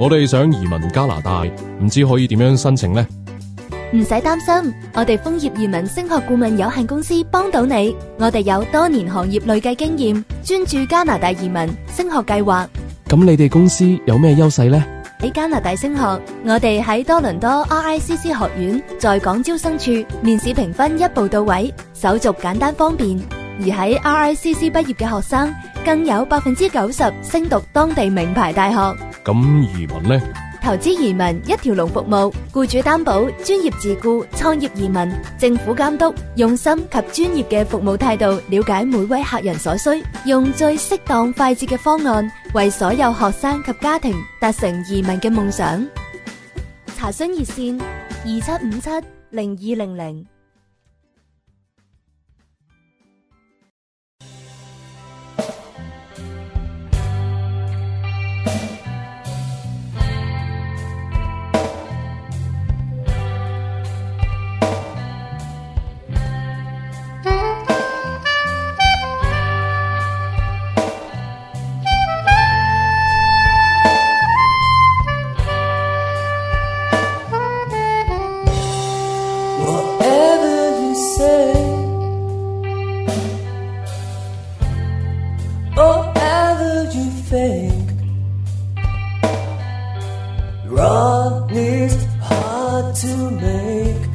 我哋想移民加拿大，唔知可以點樣申請呢？唔使擔心，我哋楓葉移民升學顧問有限公司幫到你。我哋有多年行業累計經驗，專注加拿大移民升學計劃。咁你哋公司有咩優勢呢？喺加拿大升學，我哋喺多倫多 RICC 學院在港招生處面試評分一步到位，手續簡單方便。而喺 RICC 畢業嘅學生，更有百分之九十升讀當地名牌大學。咁移民呢？投資移民一條龍服務，僱主擔保、專業自雇、創業移民、政府監督，用心及專業嘅服務態度，了解每位客人所需，用最適當快捷嘅方案，為所有學生及家庭達成移民嘅夢想。查詢熱線：二七五七零二零零。 Whatever you say, whatever you think, wrong is hard to make.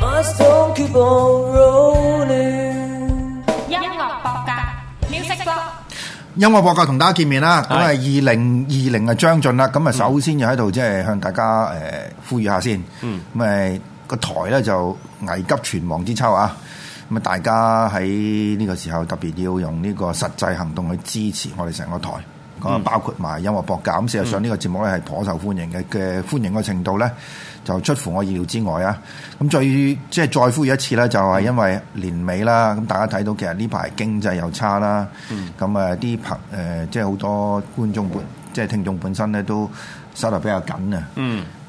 My stone keep on rolling. 音樂博格 music blog。音樂博格同大家見面啦，咁啊二係零二零啊將盡啦，咁啊首先就喺度即係向大家誒呼籲下先，咁誒個台咧就危急存亡之秋啊！咁啊，大家喺呢個時候特別要用呢個實際行動去支持我哋成個台，咁啊包括埋音樂博格。咁事實上呢個節目咧係頗受歡迎嘅，嘅歡迎嘅程度咧就出乎我意料之外啊！咁最即係再呼籲一次咧，就係因為年尾啦，咁大家睇到其實呢排經濟又差啦，咁啊啲朋誒即係好多觀眾本即係聽眾本身咧都收入比較緊啊，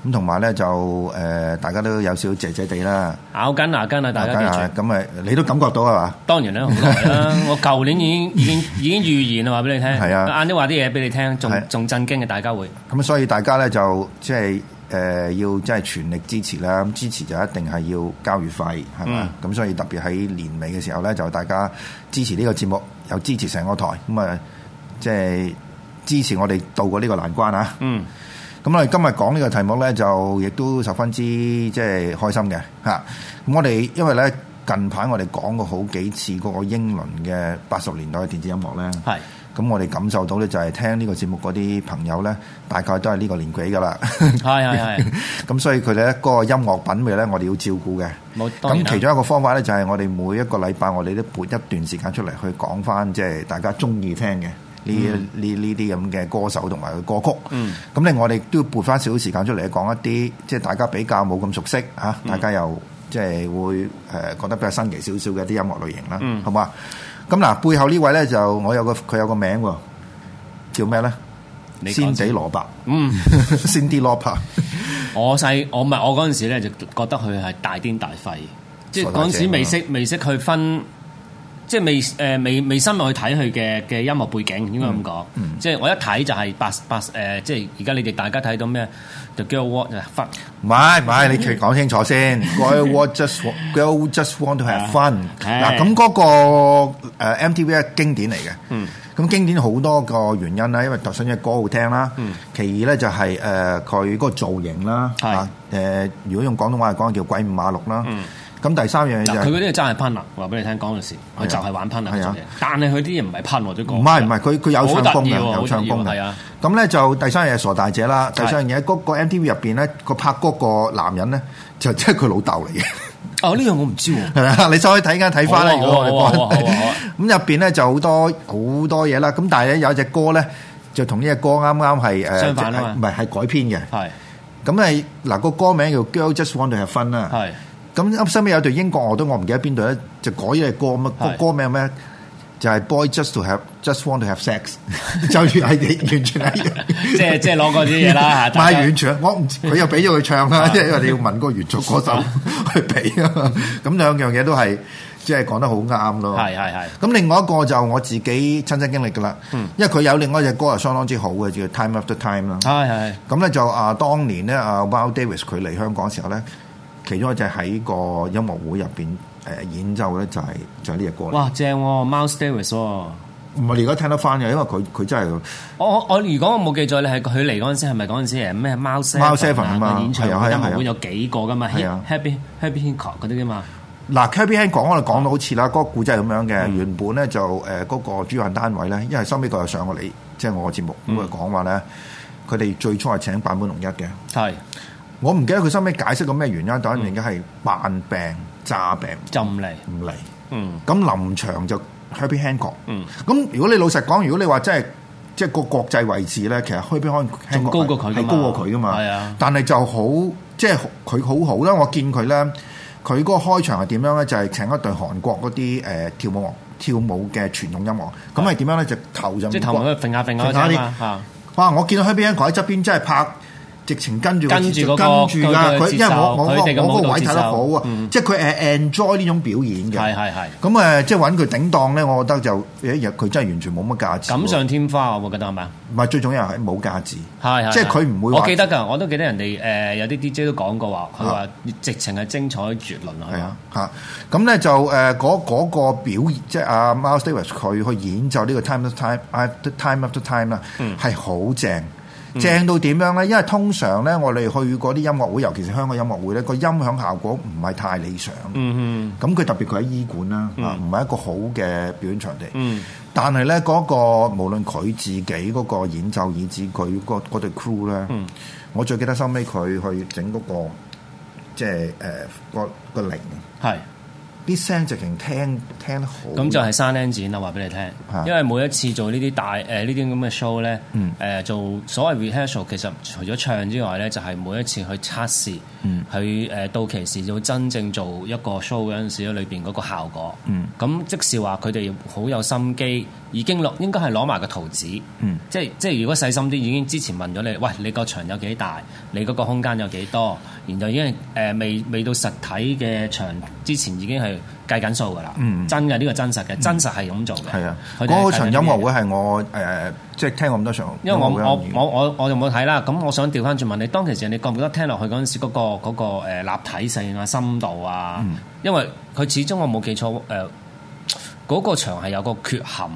咁同埋咧就誒、呃大家都有少少謝謝地啦，咬緊牙根啊！大家記住，咁咪你都感覺到係嘛？當然啦，好耐 啦。我舊年已經已經已經預言啦，話俾你聽。係啊晏啲話啲嘢俾你聽，仲係仲震驚嘅，大家會。咁所以大家咧就即係誒要即係全力支持啦。咁支持就一定係要交月費，係嘛？咁、所以特別喺年尾嘅時候咧，就大家支持呢個節目，又支持成個台，咁啊即係支持我哋渡過呢個難關啊！嗯，咁我哋今日講呢個題目咧，就亦都十分之即係開心嘅嚇。咁我哋因為咧近排我哋講過好幾次嗰個英倫嘅八十年代嘅電子音樂咧，係咁我哋感受到咧就係聽呢個節目嗰啲朋友咧，大概都係呢個年紀噶啦。係係係， 咁所以佢哋咧嗰個音樂品味咧，我哋要照顧嘅。冇當然咁啦其中一個方法咧，就係我哋每一個禮拜，我哋都撥一段時間出嚟去講翻，即係大家中意聽嘅呢呢呢啲咁嘅歌手同埋佢歌曲。嗯，咁另外我哋都要撥翻少少時間出嚟講一啲，即係大家比較冇咁熟悉啊，大家又即係會誒、呃、覺得比較新奇少少嘅啲音樂類型啦，嗯好嘛？咁嗱，背後呢位咧就我有個佢有個名喎，叫咩咧？你講鮮先地蘿 蔔，嗯，鮮啲蘿蔔。我細我唔係我嗰陣時咧，就覺得佢係大癲大廢，即係嗰陣時未識未識去分，即係未誒未未深入去睇佢嘅嘅音樂背景，應該咁講。即係我一睇就係八八誒，即係而家你哋大家睇到咩就叫 what 啊忽唔係唔嗯係，你其實講清楚先。Girl what just wa- girl just want to have fun。啊係嗱，咁嗰個呃 MTV 係經典嚟嘅。嗯。咁經典好多個原因啦，因為首先隻歌好聽啦，其二咧就係誒佢嗰個造型啦，嗯係嗯啊誒如果用廣東話嚟講叫鬼五馬六啦。咁第三樣嘢就嗱，係佢嗰啲真係噴啦，話俾你聽講嗰陣時，係啊佢就係玩噴啦係嗰啊種嘢。但係佢啲嘢唔係噴喎，都講唔係唔係，佢佢有唱功嘅，有唱功係嘅啊，。咁咧就第三樣嘢傻大姐啦，係第三樣嘢嗰個 MTV 入邊咧，個拍嗰個男人咧就即係佢老豆嚟嘅。哦，呢樣我唔知喎。係啦， 你再可以睇間睇翻啦。如好啊果我哋好啊好啊好啊好啊幫， 咁入邊咧就好多好多嘢啦。咁但係咧有一隻歌咧，就同呢只歌啱啱係誒，相反啊即係嘛唔係係改編嘅。係咁係嗱個歌名叫 Girl Just Want to Have Fun 啦。係咁啱身尾有隊英國樂隊，我唔記得邊隊咧，就改咗隻歌咁啊，係個歌名咩？就係 Boy Just to Have Just Want to Have Sex，就 完係完全係一樣。即係即係攞嗰啲 嘢啦嚇。唔係大家啊完全，我唔知佢又俾咗佢唱啦，因為你要問個原作歌手去俾啊嘛。咁兩樣嘢都係即係講得好啱咯。係係係咁另外一個就我自己親身經歷噶啦，嗯因為佢有另外一隻歌係相當之好嘅，叫 Time After Time 啦。係係咁咧就啊，當年咧啊，Wild Davis 佢嚟香港嘅時候咧，其中一隻喺個音樂會入邊誒演奏咧就係、就係呢只歌。哇正喎，Miles Davis 喎。我唔係你而家聽得翻嘅，因為佢佢真係我我如果我冇記錯，你係佢嚟嗰陣時係咪嗰陣時誒咩 Miles Miles Seven 啊嘛個演唱係啊係啊會音係啊樂會有幾個噶嘛係啊？Happy Happy Hancock 嗰啲噶嘛？嗱 c a r b y h a n 講我哋講到好似啦，嗰、個故仔係咁樣嘅。原本咧就呃誒嗰、個主辦單位咧，因為收尾佢又上過嚟，即係我個節目咁佢講話咧，佢哋最初係請版本龍一嘅。係我唔記得佢收尾解釋個咩原因，當然而家係扮病詐病就唔嚟。唔嚟。嗯咁臨場就 Happy Hancock。嗯咁如果你老實講，如果你話真係即係個國際位置咧，其實 Happy Hancock 仲高過佢㗎嘛係高過佢噶嘛。係啊但係就好即係佢好好啦。我見佢咧，佢嗰個開場係點樣咧？就係、請一隊韓國嗰啲誒跳舞樂跳舞嘅傳統音樂。咁係點樣咧？就頭就即美係頭國佢揈下揈揈下下嗰啲隻嘛嚇。哇！我見到 Happy Hancock 喺側邊真係拍。直情跟住個跟住節奏嗰個跟住㗎，佢嘅佢因為我節奏我佢哋嘅我我舞個蹈位睇得節奏好啊，嗯即係佢誒 enjoy 呢種表演嘅。係係係。咁誒，即係揾佢頂檔咧，我覺得就一日佢真係完全冇乜價值喎。錦上添花，我覺得係咪啊？唔係最重要係冇價值，係係，即係佢唔會話我記得㗎，我都記得人哋誒、呃有啲 DJ 都講過話，佢話直情係精彩絕倫啊！啊係啊嚇。咁咧就誒嗰嗰個表演，即係阿 Miles Davis 佢去演奏呢個 Time After Time After Time After Time 啦，嗯係好正。正到點樣咧？因為通常咧，我哋去嗰啲音樂會，尤其是香港音樂會咧，個音響效果唔係太理想。嗯咁佢特別佢喺醫館啦，啊唔係一個好嘅表演場地。嗯但係咧嗰個無論佢自己嗰個演奏，以至佢嗰嗰隊 crew 咧，嗯我最記得收尾佢去整嗰、個即係誒、呃、個個鈴，哼，係。啲聲直情聽聽得好。咁就係山僆展啦，話俾你聽啊。因為每一次做呢啲大誒呢啲咁嘅 show 咧，誒、嗯做所謂 rehearsal，其實除咗唱之外咧，就係、每一次去測試，嗯去誒、到期時要真正做一個 show 嗰陣時咧，裏邊嗰個效果。咁、嗯即使話佢哋好有心機，已經攞應該係攞埋個圖紙。嗯即係即係如果細心啲，已經之前問咗你，喂，你個場有幾大？你嗰個空間有幾多？然後已經誒、呃未未到實體嘅場之前，已經係計緊數㗎啦。嗯真嘅呢個真實嘅，真實係咁做嘅。係啊，佢哋係嗰場音樂會計緊呢樣嘢。係我誒、呃即係聽過咁多場，因為我我音樂會我我我就冇睇啦，咁我想調翻轉問你，當其時你覺唔覺得聽落去嗰陣時嗰、個嗰、個呃立體性啊、深度啊？嗯因為佢始終我冇記錯誒，嗰、個場係有個缺陷嘅。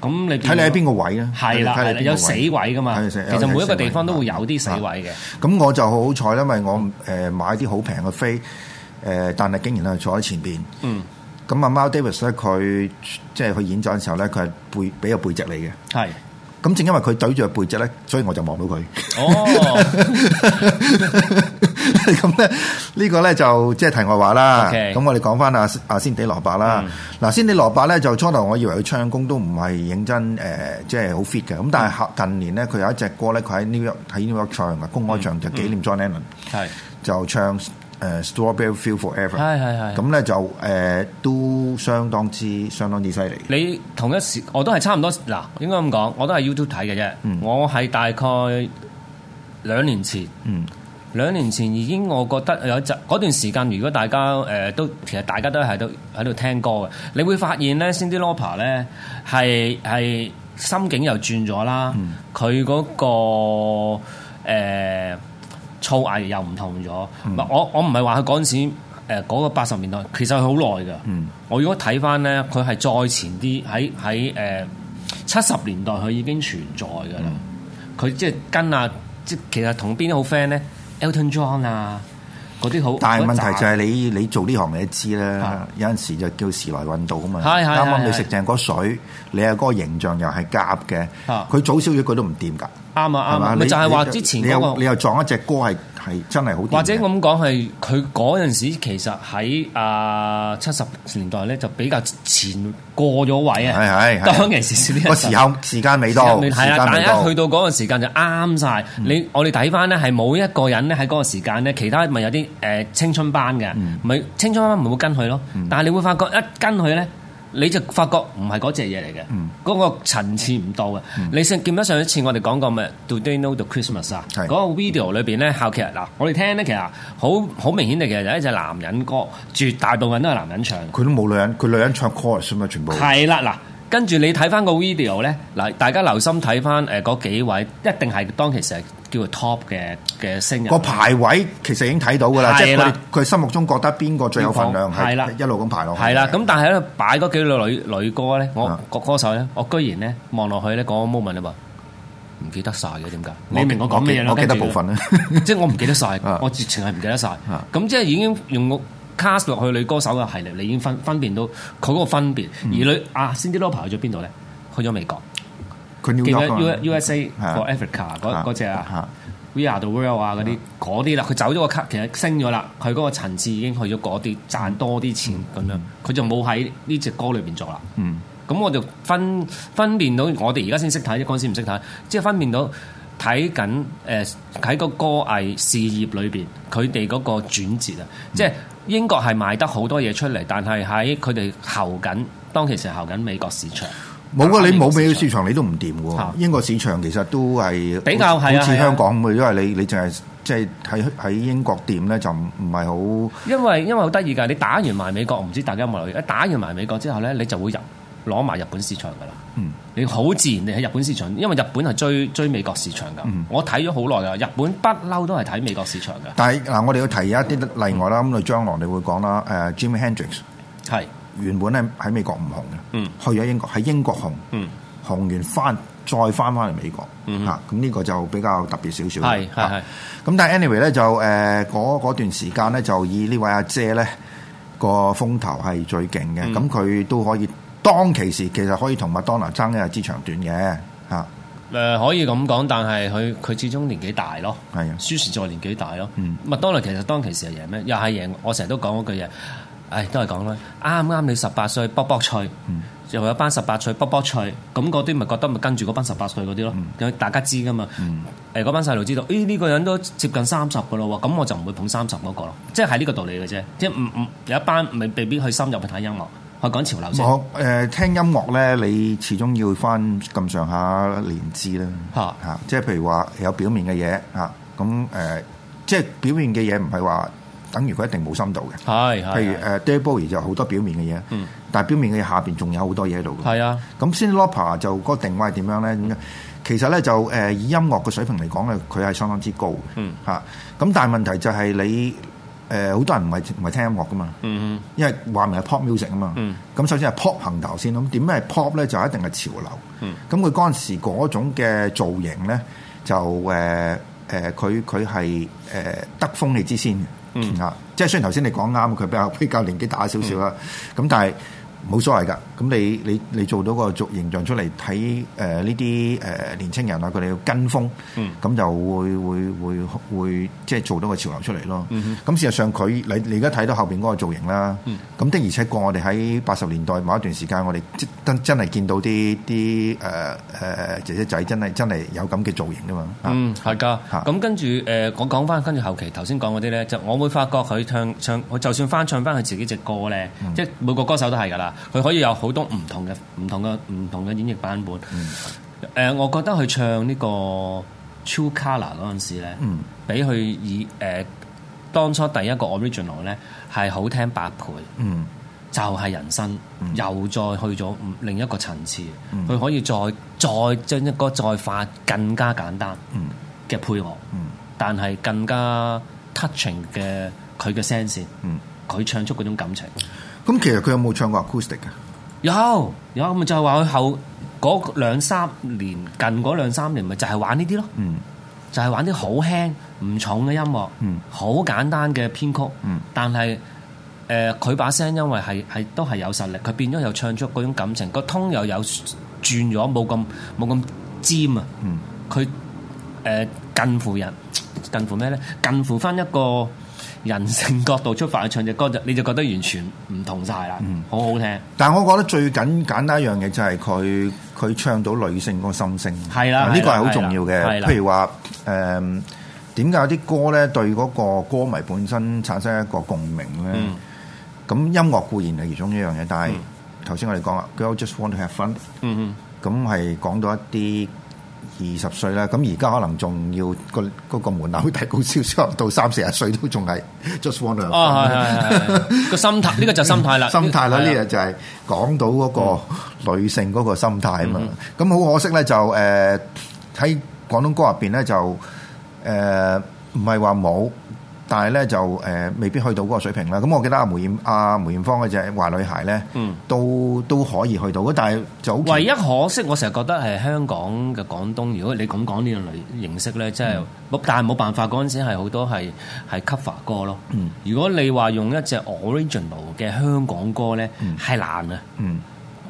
咁你睇你喺邊個位咧？係啦，睇你係邊啦，個有死位㗎嘛。係其死實每一個地方有死都位啊會有啲死位嘅。咁我就好好彩啦，因為我誒、呃、買啲好平嘅飛，誒、但係竟然係坐喺前邊。嗯。咁阿 Miles Davis 咧，佢即係佢演奏嘅時候咧，佢係背俾個背脊你嘅。 係。咁正因為佢對住個背脊咧，所以我就望到佢。哦， 咁咧呢個咧就即係題外話啦。 OK 嗯咁我哋講翻阿阿仙地蘿蔔啦。嗱，仙地蘿蔔咧就初頭我以為佢唱功都唔係認真誒，呃即係好 fit 嘅。咁嗯但係近年咧，佢有一隻歌咧，佢喺 New York 喺 New York 唱嘅公開嗯唱，就紀念 John Lennon。係就唱誒、呃 Strawberry Field Forever，係係係咁咧就誒、呃都相當之相當之犀利。你同一時，我都係差唔多嗱，應該咁講，我都係 YouTube 睇嘅啫。我係大概兩年前，嗯兩年前已經我覺得有一集嗰段時間，如果大家誒、呃都其實大家都喺度喺度聽歌嘅，你會發現咧，Cindy Lauper 咧係係心境又轉咗啦，佢嗰、個、呃造詣又唔同咗。嗯唔係我我唔係話佢嗰陣時誒嗰、個八十年代，其實佢好耐㗎。嗯我如果睇翻咧，佢係再前啲喺喺誒七十年代，佢已經存在㗎啦。嗯佢即係跟啊，即係其實同邊啲好 friend 咧？Elton John 啊，嗰啲好。但係問嗰題扎就係你你做呢行你都知啦啊，有陣時就叫時來運到啊嘛。係係啱啱係你啊係食正嗰水，你係嗰個形象又係夾嘅，啊佢早少少佢都唔掂㗎。啱啊係啱嘛啊，咪就係話之前你嗰又你個。又撞一隻歌係係真係好掂嘅，或者咁講係佢嗰陣時，其實喺啊七十年代咧就比較前過咗位啊。係係係當其時啲人個時候時間未到，時嗯係間啦，但未係到一去。到嗰個時間就啱晒。你我哋睇翻咧，係冇一個人咧喺嗰個時間咧，其他咪有啲誒青春班嘅，嗯咪青春班咪會跟佢咯。但係你會發覺一跟佢咧，你就發覺唔係嗰隻嘢嚟嘅，嗯嗰個層次唔到嘅。你上記唔記得上一次我哋講過咩？Do they know the Christmas 啊？係嗰個 video 裏邊咧，後期啊嗱，我哋聽咧其實好好明顯地，其實有一隻男人歌，絕大部分都係男人唱。佢都冇女人，佢女人唱 chorus 啊嘛，全部係啊啦，嗱，跟住你睇翻個 video 咧，嗱，大家留心睇翻誒嗰幾位，一定係當其時係叫做 top 嘅嘅星人。個排位其實已經睇到㗎啦，即係係佢啦哋佢心目中覺得邊個最有份量係啦係一路咁排落去嘅。係啦，咁但係喺度擺嗰幾女女歌咧，我啊個歌手咧，我居然咧望落去咧嗰個 moment 啊嘛，唔記得晒嘅點解？我你明我講咩啦？我記得跟住部分啦 即係我唔記得晒 啊，我直情係唔記得晒啊。咁即係已經用個 cast 落去女歌手嘅系列，你已經分分辨到佢嗰個分別。嗯而女啊，Cindy Lauper 去咗邊度咧？去咗美國。佢 New 記得 York 啊 U USA 係啊 for Africa 嗰嗰只啊啊，We Are the World 啊嗰啲嗰啲啦，佢走咗個級，其實升咗啦，佢嗰個層次已經去咗嗰啲賺多啲錢咁樣，佢就冇喺呢只歌裏邊做啦。嗯，咁我就分分辨到，我哋而家先識睇，即嗰陣時唔識睇，即係分辨到睇緊誒喺個歌藝事業裏邊佢哋嗰個轉折啊，嗯即係英國係賣得好多嘢出嚟，但係喺佢哋後緊，當其時候緊美國市場。冇啊！你冇美國國市場，你都唔掂啊喎。英國市場其實都係比較好係啊似係啊香港咁嘅，因為你你淨係即係喺喺英國店咧就唔唔係好因為因為好得意㗎，你打完埋美國，唔知大家有冇留意？一打完埋美國之後咧，你就會入攞埋日本市場㗎啦。嗯，你好自然你喺日本市場，因為日本係追追美國市場㗎。我睇咗好耐㗎，日本不嬲都係睇美國市場㗎。但係嗱，我哋要提一啲例外啦。咁你將來我哋會講啦。誒，Jimi Hendrix 係原本咧喺美國唔紅嘅，嗯去咗英國喺英國紅，嗯紅完翻再翻翻嚟美國，嗯哼嚇咁呢個就比較特別少少啦。係係嚇係咁但係 anyway 咧就誒嗰嗰段時間咧就以呢位阿姐咧個風頭係最勁嘅，嗯咁佢、都可以當其時其實可以同麥當娜爭一日之長短嘅嚇。誒、呃可以咁講，但係佢佢始終年紀大咯，係啊舒適在年紀大咯。嗯麥當勞其實當其時係贏咩？又係贏。我成日都講嗰句嘢，唉，都係講啦。啱啱你十八歲，卜卜脆，嗯又有一班十八歲卜卜脆，咁嗰啲咪覺得咪跟住嗰班十八歲嗰啲嗯咯。因為大家知噶嘛。誒、嗰班細路知道，咦、呢、個人都接近三十噶咯喎，咁我就唔會捧三十嗰個咯。即係係呢個道理嘅啫，即係唔唔有一班未未必去深入去睇音樂，去講潮流先。我誒、呃、聽音樂咧，你始終要翻咁上下年資啦，嚇嚇，即係譬如話有表面嘅嘢嚇，咁誒、呃即係表面嘅嘢唔係話等於佢一定冇深度嘅。係係譬如係誒 d a v e b o w i e 就好多表面嘅嘢，嗯但係表面嘅嘢下邊仲有好多嘢喺度嘅。係啊。咁 Cindy Lauper 就嗰個定位係點樣咧？咁樣其實咧就誒、呃以音樂嘅水平嚟講咧，佢係相當之高嘅。嗯嚇，咁、但係問題就係你誒好、多人唔係唔係聽音樂噶嘛。嗯因為話明係 pop music 啊嘛。嗯咁、首先係 pop 行頭先啦。咁點解係 pop 咧？就一定係潮流嗯。咁佢嗰陣時嗰種嘅造型咧，就誒誒佢佢係呃誒得風氣之先嘅。嗯啊，即係雖然頭先你講啱，佢比較 比較年紀大少少啦。咁、但係。冇所謂㗎，咁你你你做到個族形象出嚟，睇誒呢啲誒年青人啊，佢哋要跟風，咁、嗯就會會會會即係做到個潮流出嚟咯。咁、嗯事實上佢你你而家睇到後邊嗰個造型啦，咁、的而且確我哋喺八十年代某一段時間，我哋即真真係見到啲啲誒誒姐姐仔真係真係有咁嘅造型㗎嘛。啊嗯，係噶。嚇咁跟住誒，呃我講翻跟住後期頭先講嗰啲咧，就我會發覺佢唱唱，佢就算翻唱翻佢自己只歌咧，嗯即係每個歌手都係噶啦，佢可以有好多唔同嘅唔同嘅唔同嘅演繹版本。誒、嗯我覺得佢唱呢個 True Color 嗰陣時咧，嗯比佢以誒、呃、當初第一個 original 咧係好聽百倍。嗯就係人生，又再去咗唔另一個層次，佢、嗯可以再再將一個再化更加簡單嗯嘅配樂，嗯但係更加 touching 嘅佢嘅聲線，嗯，佢、唱出嗰種感情。咁其實佢有冇唱過 acoustic 啊？有有咪就係話佢後嗰兩三年近嗰兩三年咪就係玩呢啲咯，嗯就係玩啲好輕唔重嘅音樂嗯，好、簡單嘅編曲，嗯但係誒佢把聲因為係係都係有實力，佢變咗又唱出嗰種感情，個通又有轉咗，冇咁冇咁尖啊，嗯佢誒近乎人近乎咩咧？近乎翻一個人性角度出發去唱只歌，就你就覺得完全唔同晒啦，嗯好好聽。但係我覺得最緊簡單一樣嘢就係佢佢唱到女性嗰個心聲，係啦啊呢個係好重要係啦嘅係。啦譬如話誒，點解有啲歌咧對嗰個歌迷本身產生一個共鳴咧？嗯咁音樂固然係其中一樣嘢，但係頭先我哋講啦，Girl Just Want to Have Fun，嗯咁係講到一啲二十歲啦，咁而家可能仲要個嗰個門檻提高少少，到三四十歲都仲係 Just Want to Have Fun 嗯，啊係係係 係個心態，呢個就心態啦，心態啦，呢係啊樣就係講到嗰個女性嗰個心態啊嘛。咁好、可惜咧，就誒喺、廣東歌入邊咧就誒唔係話冇，但係咧就誒、呃未必去到嗰個水平啦。咁我記得阿梅艷阿梅艷芳嗰只壞女孩咧，嗯都都可以去到，但係就好奇唯一可惜，我成日覺得係香港嘅廣東，如果你咁講呢樣類形式咧，真係嗯冇，但係冇辦法嗰陣時係好多係係 cover 歌咯。嗯如果你話用一隻 original 嘅香港歌咧，係難啊！嗯。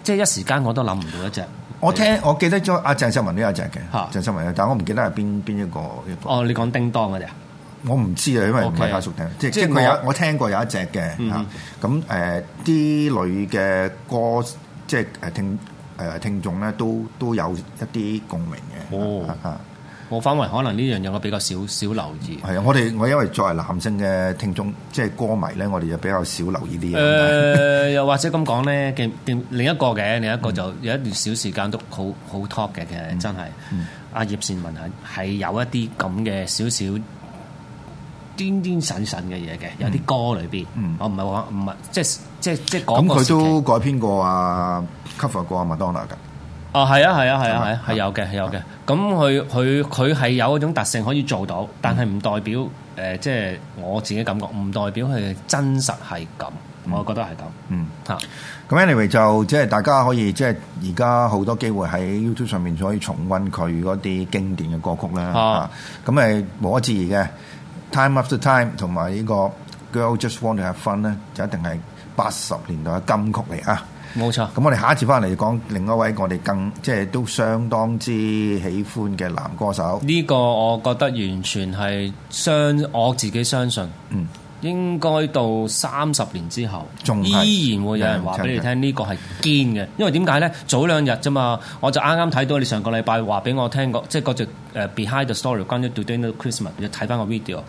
即係一時間我都諗唔到一隻。我聽我記得咗阿鄭秀文都有一隻嘅嚇，鄭秀文有，但我唔記得係邊邊一個一個，哦，你講叮當嗰隻啊，我唔知啊，因為唔 OK 係家屬聽，即即即係佢有我嗯我聽過有一隻嘅嚇，咁誒啲女嘅歌即係誒聽誒聽眾咧都都有一啲共鳴嘅，哦啊啊我反為可能呢樣嘢我比較少少留意。係啊，我哋我因為作為男性嘅聽眾，即係歌迷咧，我哋就比較少留意啲誒、嘢。呃又或者咁講咧，嘅嘅另一個嘅，另一個就嗯有一段小時間都好好 top 嘅，其實真係。嗯阿、葉倩文係係有一啲咁嘅少少癲癲神神嘅嘢嘅，嗯有啲歌裏邊，我唔係話唔係，即係即係即係咁講個時佢期都改編過啊，cover 過啊麥當娜㗎。哦，係啊，係啊，係啊，係啊，係有嘅，係有嘅。咁佢佢佢係有一種特性可以做到，但係唔代表誒、呃即係我自己感覺，唔代表佢真實係咁，我覺得係咁。嗯嚇。咁 anyway 就即係大家可以即係而家好多機會喺 YouTube 上面可以重温佢嗰啲經典嘅歌曲啦。啊啊咁誒無可置疑嘅，Time After Time 同埋呢個 Girl Just Want to Have Fun 咧，就一定係八十年代嘅金曲嚟啊！冇錯。咁我哋下一次翻嚟講另一位我哋更即係都相當之喜歡嘅男歌手，呢個我覺得完全係相我自己相信，嗯，應該到三十年之後，仲係依然會有人話俾你有聽呢個係堅嘅，因為點解呢？早兩日啫嘛，我就啱啱睇到你上個禮拜話俾我聽嗰即係嗰隻誒 Behind the Story 關於 Do They Know Christmas，要睇翻個 video，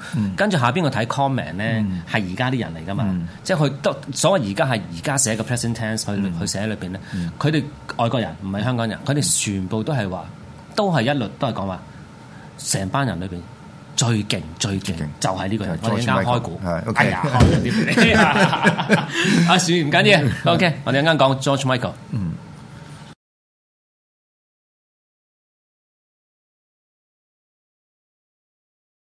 嗯跟住下邊我睇 comment 呢，係而家啲人嚟㗎嘛，即係佢都所謂而家係而家寫嘅 present tense 去嗯去寫喺裏邊呢，佢哋外國人唔係香港人，佢哋全部都係話，都係一律都係講話。成班人裏邊最勁最勁勁就係呢個人，就我係哋一間 George 開股 Michael，係，OK 哎呀， 開咗啲俾你啊，算唔緊要，OK，我哋一間講 George Michael，嗯